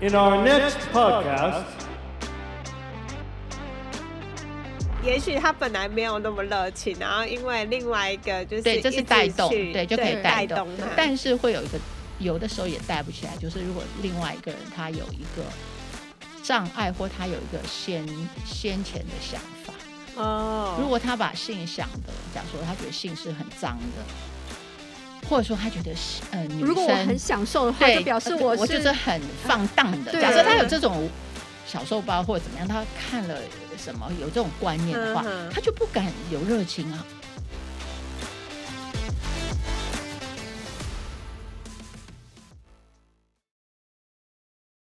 [SPEAKER 5] In our next podcast,
[SPEAKER 3] 也许他本来没有那么热情，然后因为另外一个就是
[SPEAKER 1] 对，这
[SPEAKER 3] 一
[SPEAKER 1] 是
[SPEAKER 3] 直
[SPEAKER 1] 带动，
[SPEAKER 3] 去
[SPEAKER 1] 对，就可以
[SPEAKER 4] 对
[SPEAKER 1] 带
[SPEAKER 3] 带
[SPEAKER 1] 动。
[SPEAKER 3] 他，
[SPEAKER 1] 但是会有一个，有的时候也带不起来，就是如果另外一个人他有一个障碍，或他有一个先先前的想法，
[SPEAKER 3] 哦，
[SPEAKER 1] 如果他把性想的，假如说他觉得性是很脏的，或者说他觉得是呃女生，
[SPEAKER 4] 如果我很享受的话，
[SPEAKER 1] 对
[SPEAKER 4] 就表示
[SPEAKER 1] 我
[SPEAKER 4] 是
[SPEAKER 1] 就是很放荡的。
[SPEAKER 4] 对
[SPEAKER 1] 假设他有这种小受包或者怎么样，他看了什么有这种观念的话，
[SPEAKER 3] 嗯哼
[SPEAKER 1] 他就不敢有热情啊。